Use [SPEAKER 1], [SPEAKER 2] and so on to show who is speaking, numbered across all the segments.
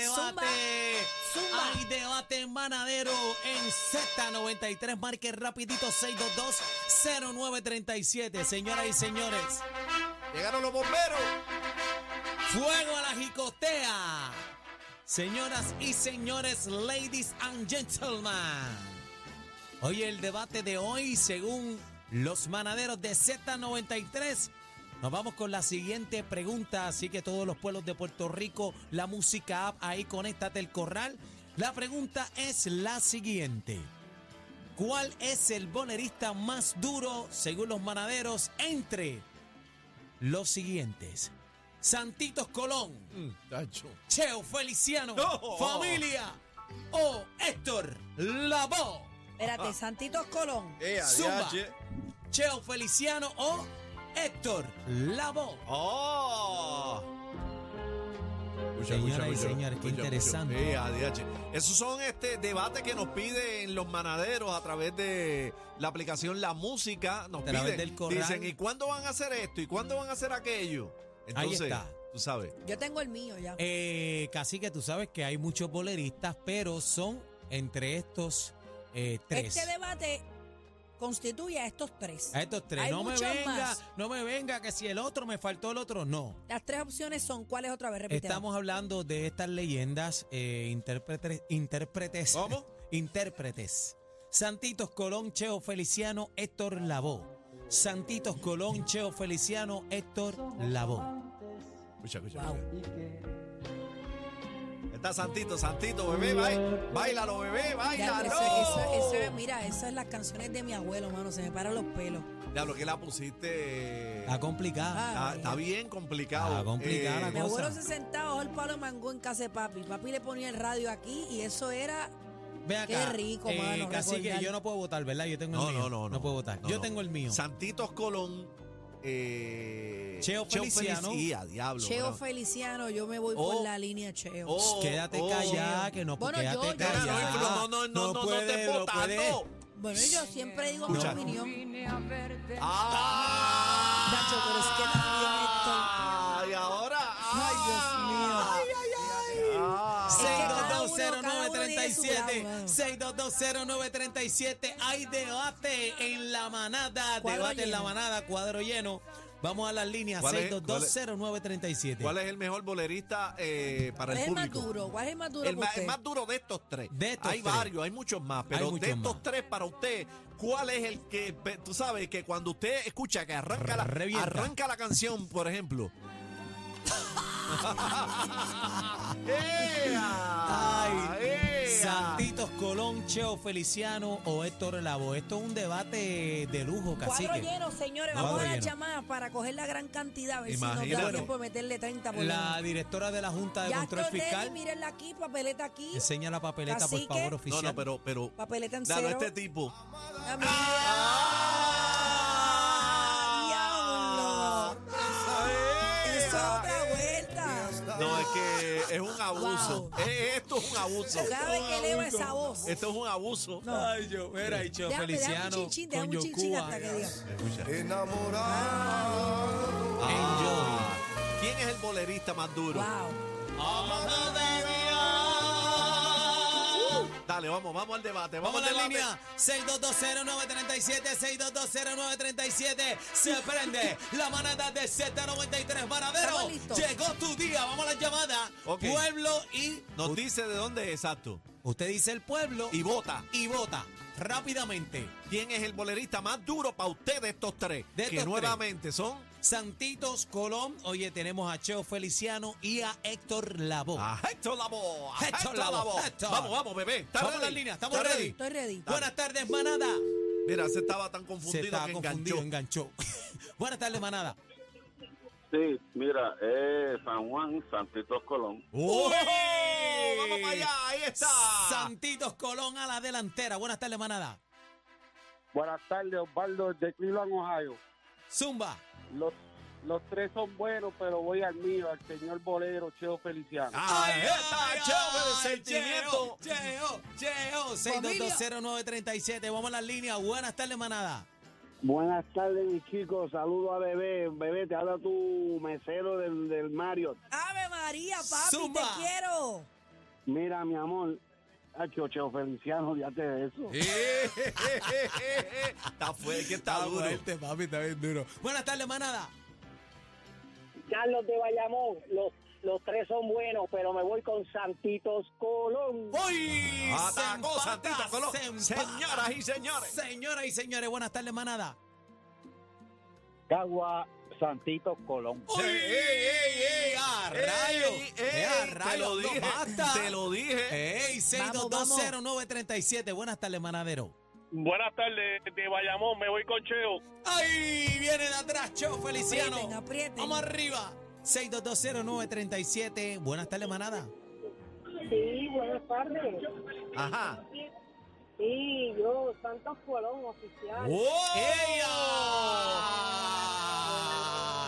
[SPEAKER 1] debate.
[SPEAKER 2] Zumba.
[SPEAKER 3] Ah.
[SPEAKER 1] Hay debate en Manadero en Z93. Marque rapidito 622-0937. Señoras y señores,
[SPEAKER 3] Llegaron los bomberos.
[SPEAKER 1] fuego a la jicotea. Señoras y señores, ladies and gentlemen. Hoy el debate de hoy, según los manaderos de Z93, nos vamos con la siguiente pregunta. Así que todos los pueblos de Puerto Rico, la música app, ahí conéctate el corral. La pregunta es la siguiente. ¿Cuál es el bolerista más duro, según los manaderos, entre los siguientes? Santitos Colón.
[SPEAKER 3] Tacho.
[SPEAKER 1] Cheo Feliciano,
[SPEAKER 3] No.
[SPEAKER 1] familia o Héctor Labo.
[SPEAKER 2] Espérate, Santitos Colón.
[SPEAKER 3] Ah. Eh,
[SPEAKER 1] Zumba.
[SPEAKER 3] adiache.
[SPEAKER 1] Cheo Feliciano o Héctor Labo.
[SPEAKER 3] ¡Oh!
[SPEAKER 1] Señoras y señores, qué interesante.
[SPEAKER 3] Eh, ADH. Esos son este debate que nos piden los manaderos a través de la aplicación La Música. Nos
[SPEAKER 1] A través
[SPEAKER 3] piden,
[SPEAKER 1] del corral.
[SPEAKER 3] Dicen, ¿y cuándo van a hacer esto? ¿Y cuándo van a hacer aquello?
[SPEAKER 1] Ahí
[SPEAKER 3] Entonces,
[SPEAKER 1] está.
[SPEAKER 3] tú sabes.
[SPEAKER 2] Yo tengo el mío ya.
[SPEAKER 1] Eh, casi que tú sabes que hay muchos boleristas, pero son entre estos eh, tres.
[SPEAKER 2] Este debate constituye a estos tres.
[SPEAKER 3] Eh.
[SPEAKER 1] A estos tres.
[SPEAKER 2] Hay
[SPEAKER 1] no me
[SPEAKER 2] muchos
[SPEAKER 1] venga,
[SPEAKER 2] más.
[SPEAKER 1] no me venga que si el otro me faltó el otro, no.
[SPEAKER 2] Las tres opciones son, ¿cuáles otra vez? Repítela.
[SPEAKER 1] Estamos hablando de estas leyendas, eh, intérpretes, intérpretes.
[SPEAKER 3] ¿Cómo?
[SPEAKER 1] Intérpretes. Santitos Colón, Cheo Feliciano, Héctor Labó. Santitos Colón, Cheo Feliciano, Héctor Labó.
[SPEAKER 3] Escucha, escucha.
[SPEAKER 2] Wow.
[SPEAKER 3] escucha. Está Santito, Santito, bebé, baila. Báilalo, bebé,
[SPEAKER 2] Ya,
[SPEAKER 3] baila.
[SPEAKER 2] eso- eso- eso- mira, esas son las canciones de mi abuelo, mano. Se me paran los pelos.
[SPEAKER 3] lo que la pusiste.
[SPEAKER 1] Está complicada.
[SPEAKER 3] Está,
[SPEAKER 2] Ay.
[SPEAKER 3] está bien complicado. Eh,
[SPEAKER 1] Ah, complicada la
[SPEAKER 2] Mi
[SPEAKER 1] cosa.
[SPEAKER 2] abuelo se sentaba bajo el palo de mango en casa de papi. Papi le ponía el radio aquí y eso era.
[SPEAKER 1] Ve acá.
[SPEAKER 2] qué rico, mano,
[SPEAKER 1] Casi que
[SPEAKER 2] recordar.
[SPEAKER 1] yo no puedo votar, ¿verdad? Yo tengo el
[SPEAKER 3] No,
[SPEAKER 1] mío.
[SPEAKER 3] no, no, no.
[SPEAKER 1] puedo votar.
[SPEAKER 3] No,
[SPEAKER 1] yo
[SPEAKER 3] no.
[SPEAKER 1] tengo el mío.
[SPEAKER 3] Santitos Colón. Eh,
[SPEAKER 1] Cheo Feliciano.
[SPEAKER 3] Felicia, diablo.
[SPEAKER 2] Cheo
[SPEAKER 3] bravo.
[SPEAKER 2] Feliciano, yo me voy
[SPEAKER 3] Oh.
[SPEAKER 2] por la línea Cheo.
[SPEAKER 3] Oh.
[SPEAKER 1] quédate
[SPEAKER 3] Oh.
[SPEAKER 1] callada, que no
[SPEAKER 2] Bueno,
[SPEAKER 1] quédate
[SPEAKER 2] yo- yo-
[SPEAKER 1] callada.
[SPEAKER 3] No, no, no, no, no, no,
[SPEAKER 1] puede,
[SPEAKER 3] te
[SPEAKER 1] no puede.
[SPEAKER 3] votando.
[SPEAKER 2] Bueno, y yo siempre digo
[SPEAKER 3] Escucha.
[SPEAKER 2] mi opinión.
[SPEAKER 3] ¡Ah!
[SPEAKER 2] Nacho, pero es que también,
[SPEAKER 3] ¡Ay, ahora! ah.
[SPEAKER 2] Ay, Dios mío.
[SPEAKER 3] ¡Ay, ay, ay! Ah.
[SPEAKER 2] Es que cada uno-
[SPEAKER 1] 6220937
[SPEAKER 2] cada
[SPEAKER 1] 6220937 hay debate en la manada
[SPEAKER 2] Cuadro
[SPEAKER 1] debate en la
[SPEAKER 2] lleno.
[SPEAKER 1] manada cuadro lleno vamos a las líneas
[SPEAKER 3] ¿Cuál es? ¿Cuál es?
[SPEAKER 1] 6220937
[SPEAKER 3] ¿Cuál es el mejor bolerista eh, para
[SPEAKER 2] ¿Cuál
[SPEAKER 3] el
[SPEAKER 2] es el más
[SPEAKER 3] público?
[SPEAKER 2] duro? ¿Cuál es el más duro?
[SPEAKER 3] El
[SPEAKER 2] para
[SPEAKER 3] más, el
[SPEAKER 2] usted?
[SPEAKER 3] más duro de estos tres.
[SPEAKER 1] De estos
[SPEAKER 3] hay
[SPEAKER 1] tres.
[SPEAKER 3] varios, hay muchos más, pero
[SPEAKER 1] muchos
[SPEAKER 3] de estos
[SPEAKER 1] más.
[SPEAKER 3] tres para usted, ¿cuál es el que, pe- tú sabes, que cuando usted escucha que arranca la,
[SPEAKER 1] Revienta.
[SPEAKER 3] arranca la canción, por ejemplo? ¡Ea!
[SPEAKER 1] Ay,
[SPEAKER 3] ¡Ea!
[SPEAKER 1] Santitos Colón, Cheo Feliciano o Héctor Lavo. Esto es un debate de lujo,
[SPEAKER 2] Cuadro
[SPEAKER 1] cacique.
[SPEAKER 2] lleno, señores.
[SPEAKER 1] Cuadro
[SPEAKER 2] Vamos a las
[SPEAKER 1] lleno.
[SPEAKER 2] llamadas para coger la gran cantidad. A ver si nos da
[SPEAKER 3] Imagínate.
[SPEAKER 2] tiempo de meterle 30 por
[SPEAKER 1] La
[SPEAKER 2] lo menos.
[SPEAKER 1] directora de la Junta de
[SPEAKER 2] Ya
[SPEAKER 1] Control
[SPEAKER 2] estoy ready,
[SPEAKER 1] Fiscal
[SPEAKER 2] mírenla aquí, papeleta aquí.
[SPEAKER 1] enseña la papeleta,
[SPEAKER 2] Cacique.
[SPEAKER 1] por favor,
[SPEAKER 3] No,
[SPEAKER 1] oficial.
[SPEAKER 3] no, pero, pero,
[SPEAKER 2] Papeleta en
[SPEAKER 3] claro,
[SPEAKER 2] cero.
[SPEAKER 3] este tipo.
[SPEAKER 2] Ah, mira.
[SPEAKER 3] ¡Ah!
[SPEAKER 2] diablo!
[SPEAKER 3] ¡Ea!
[SPEAKER 2] ¡Eso es otra vuelta!
[SPEAKER 3] No, es que es un abuso.
[SPEAKER 2] Wow.
[SPEAKER 3] Eh, Esto es un abuso.
[SPEAKER 2] Cada vez que eleva esa voz.
[SPEAKER 3] Esto es un abuso.
[SPEAKER 1] Ay, yo, mira, y Cheo
[SPEAKER 2] Déjame, déjame
[SPEAKER 1] Feliciano
[SPEAKER 2] un chinchín, déjame
[SPEAKER 1] con
[SPEAKER 2] un chinchín
[SPEAKER 1] Yocuba.
[SPEAKER 2] hasta que diga.
[SPEAKER 3] Ah. ¿Quién es el bolerista más duro?
[SPEAKER 2] Wow.
[SPEAKER 3] Uh. Dale, vamos, vamos al debate. Vamos,
[SPEAKER 1] Vamos a
[SPEAKER 3] al
[SPEAKER 1] la
[SPEAKER 3] debate.
[SPEAKER 1] línea 6220937, 6220937. Se prende la manada de Z93 Maradero.
[SPEAKER 2] Estamos listos.
[SPEAKER 1] Llegó tu día. Vamos a la llamada.
[SPEAKER 3] Ok.
[SPEAKER 1] Pueblo y.
[SPEAKER 3] Nos dice de dónde es exacto.
[SPEAKER 1] Usted dice el pueblo
[SPEAKER 3] Y vota.
[SPEAKER 1] y vota rápidamente.
[SPEAKER 3] ¿Quién es el bolerista más duro para usted de estos tres?
[SPEAKER 1] De estos
[SPEAKER 3] que
[SPEAKER 1] tres.
[SPEAKER 3] nuevamente son.
[SPEAKER 1] Santitos Colón. Oye, tenemos a Cheo Feliciano y a Héctor Labo.
[SPEAKER 3] A Ah, Héctor Lavoe, a
[SPEAKER 1] Oh. Héctor
[SPEAKER 3] Héctor
[SPEAKER 1] Lavoe,
[SPEAKER 3] Lavoe.
[SPEAKER 1] Héctor.
[SPEAKER 3] Vamos, vamos, bebé. ¿Está
[SPEAKER 1] Vamos a
[SPEAKER 3] ready?
[SPEAKER 1] la línea, estamos
[SPEAKER 3] ¿Está
[SPEAKER 1] ready.
[SPEAKER 2] Estoy ready.
[SPEAKER 1] Buenas tardes, manada.
[SPEAKER 3] Mira, se estaba tan
[SPEAKER 1] Se
[SPEAKER 3] confundido
[SPEAKER 1] está
[SPEAKER 3] que
[SPEAKER 1] confundido,
[SPEAKER 3] enganchó.
[SPEAKER 1] enganchó. Buenas tardes, manada.
[SPEAKER 4] Sí, mira, eh, San Juan, Santitos Colón.
[SPEAKER 3] ¡Uy! Vamos para allá, ahí está.
[SPEAKER 1] Santitos Colón a la delantera. Buenas tardes, manada.
[SPEAKER 5] Buenas tardes, Osvaldo, de Cleveland, Ohio.
[SPEAKER 1] Zumba.
[SPEAKER 5] Los, los tres son buenos, pero voy al mío, al señor bolero Cheo Feliciano.
[SPEAKER 3] Ah, Ahí está,
[SPEAKER 1] ay,
[SPEAKER 3] chévere el
[SPEAKER 1] ay,
[SPEAKER 3] sentimiento.
[SPEAKER 1] Cheo, Cheo, Cheo. 6220937. Vamos a las líneas. Buenas tardes, manada.
[SPEAKER 5] Buenas tardes, mis chicos. Saludo a Bebé. Bebé, te habla tu mesero del, del Mario.
[SPEAKER 2] Ave María, papi,
[SPEAKER 1] Zumba.
[SPEAKER 2] te quiero.
[SPEAKER 5] Mira, mi amor, Acho, Cheo Feliciano, olvídate de eso.
[SPEAKER 3] está fuerte, que está duro.
[SPEAKER 1] fuerte, papi, está bien duro. Buenas tardes, manada.
[SPEAKER 6] Carlos de Bayamón, los, los tres son buenos, pero me voy con Santitos Colón.
[SPEAKER 1] Hoy
[SPEAKER 3] Atacó Santita Colón. Señoras y señores.
[SPEAKER 1] Señoras y señores, buenas tardes, manada.
[SPEAKER 7] Cagua, Santitos, Colón.
[SPEAKER 1] ¡Uy! ¡Ey, ey, ey! ¡A rayo!
[SPEAKER 3] Ey, ey,
[SPEAKER 1] ¡Eh, a
[SPEAKER 3] te
[SPEAKER 1] rayo!
[SPEAKER 3] lo Eh,
[SPEAKER 1] ¡No
[SPEAKER 3] dije,
[SPEAKER 1] basta!
[SPEAKER 3] te lo dije.
[SPEAKER 1] ¡Ey! 6220937. Buenas tardes, manadero.
[SPEAKER 8] Buenas tardes, de Bayamón, me voy con Cheo.
[SPEAKER 1] ¡Ay! Viene de atrás, Cheo Feliciano.
[SPEAKER 2] Aprieten, aprieten.
[SPEAKER 1] Vamos arriba. 6220937. Buenas tardes, manada.
[SPEAKER 6] Sí, buenas tardes.
[SPEAKER 3] Ajá.
[SPEAKER 6] Sí, yo, Santos Colón, oficial.
[SPEAKER 3] ¡Wow!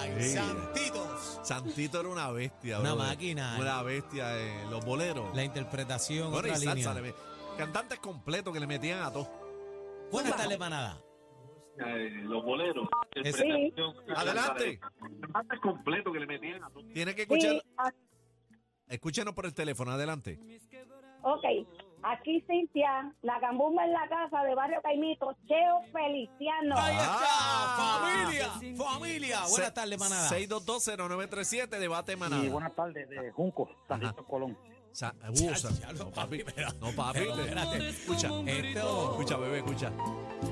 [SPEAKER 1] ¡Ella!
[SPEAKER 3] Mira.
[SPEAKER 1] ¡Santitos!
[SPEAKER 3] Santito era una bestia,
[SPEAKER 1] Una
[SPEAKER 3] brother.
[SPEAKER 1] máquina, eh.
[SPEAKER 3] Una bestia, eh, los boleros.
[SPEAKER 1] La interpretación,
[SPEAKER 3] Bueno, y
[SPEAKER 1] otra
[SPEAKER 3] salsa
[SPEAKER 1] línea.
[SPEAKER 3] le met- Cantantes completos que le metían a todos.
[SPEAKER 1] Buenas tardes, manada.
[SPEAKER 4] Eh, los boleros.
[SPEAKER 1] Es-
[SPEAKER 3] Adelante.
[SPEAKER 4] Antes completo que le metían a
[SPEAKER 3] Tiene que
[SPEAKER 9] Sí, ah,
[SPEAKER 3] escuchar.
[SPEAKER 9] a-
[SPEAKER 3] Escúchenos por el teléfono, adelante.
[SPEAKER 9] ok. Aquí Cintia, la gambumba en la casa de Barrio Caimito, Cheo Feliciano.
[SPEAKER 1] ¡Ahí
[SPEAKER 3] Ah.
[SPEAKER 1] está! ¡Familia! ¡Familia! Buenas tardes, Ah, manada.
[SPEAKER 3] 6220937, debate manada.
[SPEAKER 7] Y buenas tardes, de Junco, Santitos, Colón.
[SPEAKER 3] Sa- uh, sa-
[SPEAKER 1] ya lo-
[SPEAKER 3] no, papi.
[SPEAKER 1] pero-
[SPEAKER 3] No, papi.
[SPEAKER 1] pero
[SPEAKER 3] le-
[SPEAKER 1] espérate.
[SPEAKER 3] Escucha.
[SPEAKER 1] Esto-
[SPEAKER 3] Escucha, bebé, escucha.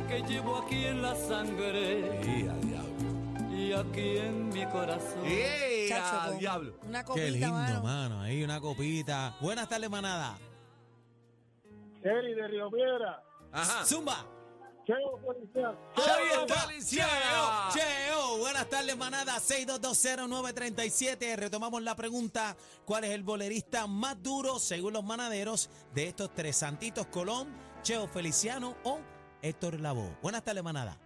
[SPEAKER 10] que llevo aquí en la sangre
[SPEAKER 3] ¡Eh, a diablo!
[SPEAKER 10] y aquí en mi corazón.
[SPEAKER 3] ¡Eh,
[SPEAKER 2] Chacho,
[SPEAKER 3] a
[SPEAKER 2] con
[SPEAKER 3] diablo!
[SPEAKER 2] Una copita,
[SPEAKER 1] Qué lindo,
[SPEAKER 2] mano.
[SPEAKER 1] mano. Ahí una copita. Buenas tardes, manada.
[SPEAKER 5] Eri de Río Piedra,
[SPEAKER 3] Ajá.
[SPEAKER 1] Zumba.
[SPEAKER 5] Cheo Feliciano.
[SPEAKER 3] Ahí está,
[SPEAKER 1] Cheo,
[SPEAKER 3] Feliciano.
[SPEAKER 1] Cheo. Buenas tardes, manada. 6220937. Retomamos la pregunta. ¿Cuál es el bolerista más duro, según los manaderos, de estos tres santitos? Colón, Cheo Feliciano o Héctor Lavoe. Buenas tardes, manada.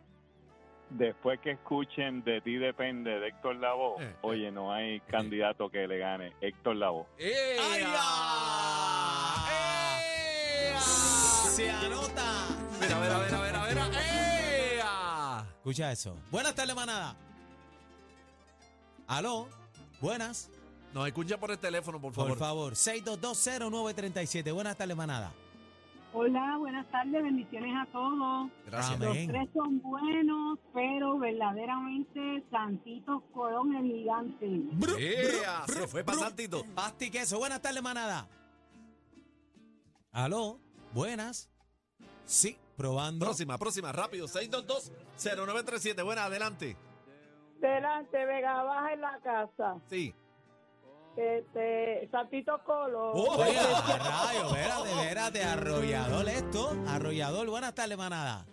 [SPEAKER 11] Después que escuchen De ti depende de Héctor Lavoe,
[SPEAKER 3] Eh.
[SPEAKER 11] oye, no hay candidato que le gane Héctor Lavoe.
[SPEAKER 3] ¡Eh,
[SPEAKER 1] ¡Ay,
[SPEAKER 3] a-
[SPEAKER 1] ya!
[SPEAKER 3] ¡Eh, a-
[SPEAKER 1] Se anota.
[SPEAKER 3] Mira, mira, mira, mira, mira. ¡Eh, a-
[SPEAKER 1] Escucha eso. Buenas tardes, manada. Aló. Buenas.
[SPEAKER 3] Nos escucha por el teléfono, por favor.
[SPEAKER 1] Por favor. 6220937. Buenas tardes, manada.
[SPEAKER 9] Hola, buenas tardes, bendiciones a todos.
[SPEAKER 3] Gracias.
[SPEAKER 1] Amén. Los tres
[SPEAKER 9] son buenos, pero verdaderamente Santitos Colón es gigante.
[SPEAKER 3] ¡Eh, a- se fue para Santito.
[SPEAKER 1] Pasti y queso. Buenas tardes, manada. Aló. Buenas. Sí, probando.
[SPEAKER 3] Próxima, próxima, rápido. 622-0937. Buena, adelante.
[SPEAKER 6] Delante, Vega Baja en la casa.
[SPEAKER 3] Sí.
[SPEAKER 6] Este, Santitos Colón.
[SPEAKER 3] Oh.
[SPEAKER 6] Este,
[SPEAKER 1] Oye, a Oh, rayo, espérate, espérate, arrollador esto, arrollador, buenas tardes, manada.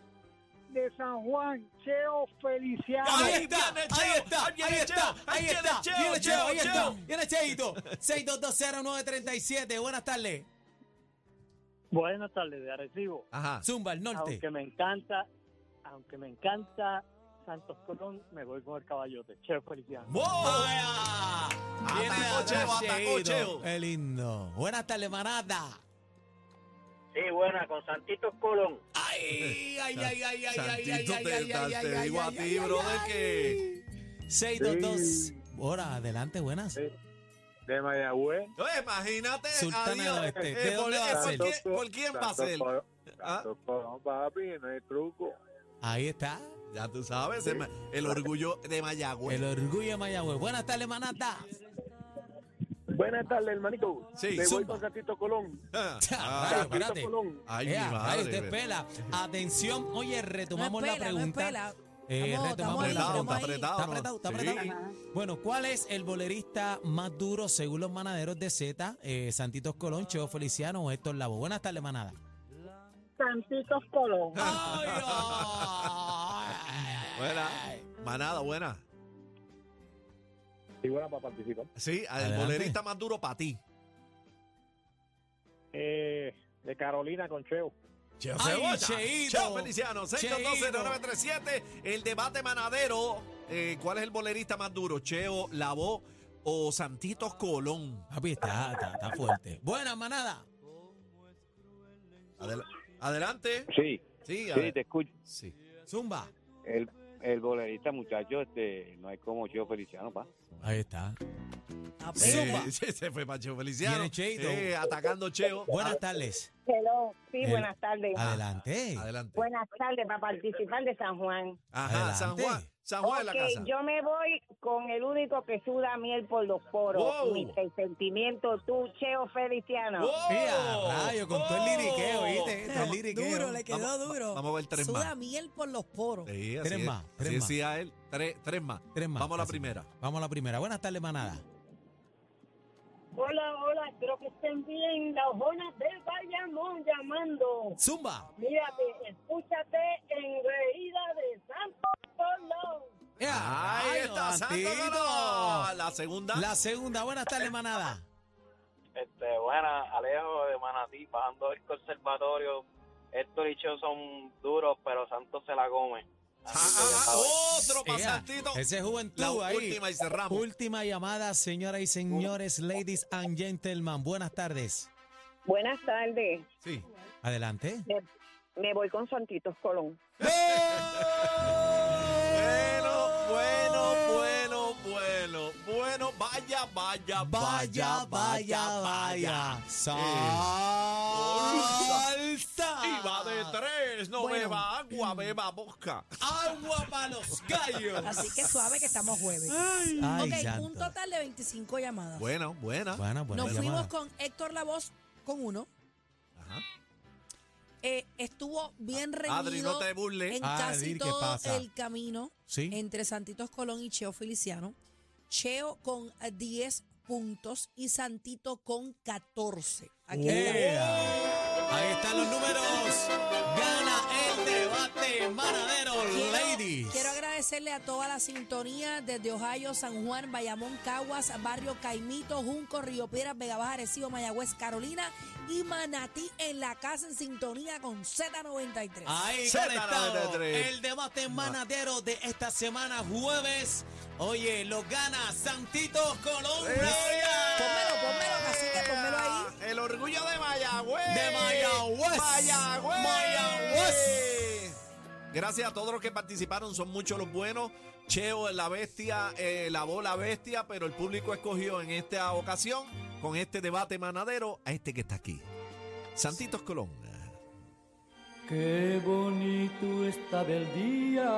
[SPEAKER 6] De San Juan, Cheo Feliciano.
[SPEAKER 1] Ahí está, ahí está, ahí está, ahí está,
[SPEAKER 3] Cheo,
[SPEAKER 1] viene Cheo, ahí
[SPEAKER 3] Cheo,
[SPEAKER 1] está,
[SPEAKER 3] Cheo.
[SPEAKER 1] viene Cheito, 6220937, buenas tardes,
[SPEAKER 7] Buenas tardes, de Arecibo.
[SPEAKER 3] Ajá.
[SPEAKER 1] Zumba, el norte.
[SPEAKER 7] Aunque me encanta, aunque me encanta Santos Colón, me voy con el caballote, Cheo Feliciano.
[SPEAKER 1] ¡Vaya! Viene de
[SPEAKER 3] Atacó Cheo,
[SPEAKER 1] atrás,
[SPEAKER 3] atacó
[SPEAKER 1] Cheito.
[SPEAKER 3] Cheo.
[SPEAKER 1] Qué lindo, buenas tardes, manada.
[SPEAKER 7] Sí, buena, con Santitos Colón.
[SPEAKER 1] Ay, ay, ay, ay, ay, ay, ay,
[SPEAKER 3] Santito,
[SPEAKER 1] ay,
[SPEAKER 3] te-
[SPEAKER 1] ay, ay,
[SPEAKER 3] te
[SPEAKER 1] ay,
[SPEAKER 3] digo a
[SPEAKER 1] ay,
[SPEAKER 3] ti,
[SPEAKER 1] ay, ay,
[SPEAKER 3] brother,
[SPEAKER 1] ay.
[SPEAKER 3] que-
[SPEAKER 1] 622. Hora, adelante, buenas.
[SPEAKER 5] Sí. De Mayagüez.
[SPEAKER 3] Oye, imagínate.
[SPEAKER 1] Sultana
[SPEAKER 3] adiós.
[SPEAKER 1] del
[SPEAKER 3] Eh,
[SPEAKER 1] Oeste, ¿de
[SPEAKER 3] por,
[SPEAKER 1] dónde va a
[SPEAKER 3] por
[SPEAKER 1] ser?
[SPEAKER 3] quién- por quién va a ser? Ah.
[SPEAKER 5] Santos Colón, papi, no hay truco.
[SPEAKER 1] Ahí está.
[SPEAKER 3] Ya tú sabes, el, ma- el orgullo de Mayagüez.
[SPEAKER 1] El orgullo de Mayagüez. Buenas tardes, manada.
[SPEAKER 5] Buenas tardes, hermanito.
[SPEAKER 3] Sí,
[SPEAKER 5] Me voy
[SPEAKER 1] zumba.
[SPEAKER 5] con Santito Colón.
[SPEAKER 3] Ah,
[SPEAKER 1] Ah, espérate.
[SPEAKER 5] Colón.
[SPEAKER 3] Ay,
[SPEAKER 1] Ea, ay,
[SPEAKER 3] mi madre.
[SPEAKER 1] usted
[SPEAKER 3] pero-
[SPEAKER 1] pela. Atención, oye, retomamos
[SPEAKER 2] no es
[SPEAKER 1] la
[SPEAKER 2] pela, no es
[SPEAKER 1] pregunta.
[SPEAKER 2] pela.
[SPEAKER 1] Eh,
[SPEAKER 2] Estamos-
[SPEAKER 1] retomamos la
[SPEAKER 2] estamos ahí,
[SPEAKER 1] pregunta.
[SPEAKER 2] estamos ahí.
[SPEAKER 1] Está
[SPEAKER 3] ¿no?
[SPEAKER 1] apretado, está
[SPEAKER 3] Sí.
[SPEAKER 1] apretado. Bueno, ¿cuál es el bolerista más duro según los manaderos de Z? Eh, Santitos Colón, Cheo Feliciano o Héctor Lavo. Buenas tardes, manada.
[SPEAKER 6] Santitos Colón.
[SPEAKER 3] Ah.
[SPEAKER 1] Ay, ay.
[SPEAKER 3] Buena. Manada, buena.
[SPEAKER 5] Y buena para participar.
[SPEAKER 3] Sí, el
[SPEAKER 1] Adelante.
[SPEAKER 3] bolerista más duro para ti.
[SPEAKER 5] eh,
[SPEAKER 7] de Carolina con Cheo.
[SPEAKER 3] Cheo
[SPEAKER 1] Ay,
[SPEAKER 3] Cebolla.
[SPEAKER 1] Cheito.
[SPEAKER 3] Cheo Feliciano,
[SPEAKER 1] Cheito.
[SPEAKER 3] 6220937. El debate manadero. eh, ¿Cuál es el bolerista más duro? Cheo, Lavo o Santitos Colón.
[SPEAKER 1] Papi, está, está, está fuerte. Buenas, manada.
[SPEAKER 3] Adel- adelante.
[SPEAKER 7] Sí,
[SPEAKER 3] Sí,
[SPEAKER 7] sí,
[SPEAKER 3] adel-
[SPEAKER 7] te escucho.
[SPEAKER 3] sí.
[SPEAKER 1] Zumba.
[SPEAKER 7] El,
[SPEAKER 12] el bolerista, muchacho, este, no hay como Cheo Feliciano, pa.
[SPEAKER 1] Ahí está.
[SPEAKER 3] Eh, se fue Pacho Feliciano.
[SPEAKER 1] Viene Cheito.
[SPEAKER 3] Eh, atacando Cheo.
[SPEAKER 1] Buenas tardes.
[SPEAKER 9] Hello. Sí,
[SPEAKER 1] El-
[SPEAKER 9] buenas tardes.
[SPEAKER 1] Adelante.
[SPEAKER 3] Ah, Adelante.
[SPEAKER 9] Buenas tardes para participar de San Juan.
[SPEAKER 3] Ajá, San
[SPEAKER 1] Adelante.
[SPEAKER 3] Juan. San Juan de
[SPEAKER 9] Ok,
[SPEAKER 3] la casa.
[SPEAKER 9] yo me voy con el único que suda miel por los poros.
[SPEAKER 3] Wow.
[SPEAKER 9] Mr. Sentimiento, tú, Cheo Feliciano.
[SPEAKER 3] ¡Oh!
[SPEAKER 1] Mira, rayo, con todo el liriqueo, ¿viste? Todo el liriqueo.
[SPEAKER 2] Duro, le quedó duro.
[SPEAKER 3] Vamos a ver tres
[SPEAKER 2] Suda
[SPEAKER 3] más.
[SPEAKER 2] miel por los poros.
[SPEAKER 3] Sí, así
[SPEAKER 1] Tres
[SPEAKER 3] es.
[SPEAKER 1] más, tres
[SPEAKER 3] Así
[SPEAKER 1] más.
[SPEAKER 3] decía él. Tres, tres más.
[SPEAKER 1] Tres más.
[SPEAKER 3] Vamos a la
[SPEAKER 1] Así.
[SPEAKER 3] primera.
[SPEAKER 1] Vamos a la primera. Buenas tardes, manada.
[SPEAKER 9] Hola, hola, espero que estén bien. La Ojona de Bayamón llamando.
[SPEAKER 1] Zumba.
[SPEAKER 9] Mírate, escúchate en Reída de Santo Colón.
[SPEAKER 1] Ea,
[SPEAKER 3] Ahí
[SPEAKER 1] rayo,
[SPEAKER 3] está, Santo
[SPEAKER 1] Santito.
[SPEAKER 3] Colón. La segunda.
[SPEAKER 1] La segunda. Buenas tardes, manada.
[SPEAKER 7] Este, buena, Alejo de Manatí, bajando el conservatorio. Héctor y Cheo son duros, pero Santos se la come.
[SPEAKER 3] Ah, ah, ah, otro
[SPEAKER 1] Ea,
[SPEAKER 3] pasantito.
[SPEAKER 1] Ese es juventud
[SPEAKER 3] La
[SPEAKER 1] ahí.
[SPEAKER 3] última y cerramos.
[SPEAKER 1] Última llamada, señoras y señores, ladies and gentlemen. Buenas tardes.
[SPEAKER 9] Buenas tardes.
[SPEAKER 3] Sí.
[SPEAKER 1] Adelante.
[SPEAKER 9] Me, me voy con Santitos Colón.
[SPEAKER 3] Bueno, bueno, bueno, bueno. Bueno, vaya, vaya, vaya, vaya, vaya.
[SPEAKER 1] Salsa.
[SPEAKER 3] Y va de tres, no
[SPEAKER 1] Bueno.
[SPEAKER 3] beba agua, beba boca.
[SPEAKER 1] Agua para los gallos.
[SPEAKER 2] Así que suave que estamos jueves.
[SPEAKER 1] Ay,
[SPEAKER 2] ok,
[SPEAKER 1] santo.
[SPEAKER 2] un total de 25 llamadas.
[SPEAKER 3] Bueno, buena.
[SPEAKER 1] Buena, buena
[SPEAKER 2] Nos
[SPEAKER 1] llamada.
[SPEAKER 2] fuimos con Héctor La Voz con uno.
[SPEAKER 3] Ajá.
[SPEAKER 2] Eh, estuvo bien reñido
[SPEAKER 3] Adri, no te burles.
[SPEAKER 2] en
[SPEAKER 1] Ah,
[SPEAKER 2] casi
[SPEAKER 1] Adri, ¿qué
[SPEAKER 2] todo
[SPEAKER 1] pasa?
[SPEAKER 2] el camino
[SPEAKER 1] Sí.
[SPEAKER 2] entre Santitos Colón y Cheo Feliciano. Cheo con eh, 10 puntos y Santito con 14. Aquí
[SPEAKER 1] Ea.
[SPEAKER 2] está.
[SPEAKER 1] Ahí están los números. Gana el debate manadero,
[SPEAKER 2] Quiero-
[SPEAKER 1] ladies.
[SPEAKER 2] Quiero agradecerle a toda la sintonía desde Ohio, San Juan, Bayamón, Caguas, Barrio Caimito, Junco, Río Piedras, Vega Baja, Arecibo, Mayagüez, Carolina y Manatí en la casa en sintonía con Z93.
[SPEAKER 1] Ahí
[SPEAKER 3] Z93.
[SPEAKER 1] conectado el debate manadero de esta semana jueves. Oye, lo gana Santito Colón
[SPEAKER 2] Pónmelo, pónmelo, cacique, pónmelo ahí.
[SPEAKER 3] El orgullo de Mayagüez.
[SPEAKER 1] de Mayagüez.
[SPEAKER 3] Mayagüez.
[SPEAKER 1] Mayagüez.
[SPEAKER 3] Gracias a todos los que participaron, son muchos los buenos. Cheo es la bestia, eh, la bola bestia, pero el público escogió en esta ocasión, con este debate manadero, a este que está aquí. Santitos Colón.
[SPEAKER 10] Qué bonito estaba el día.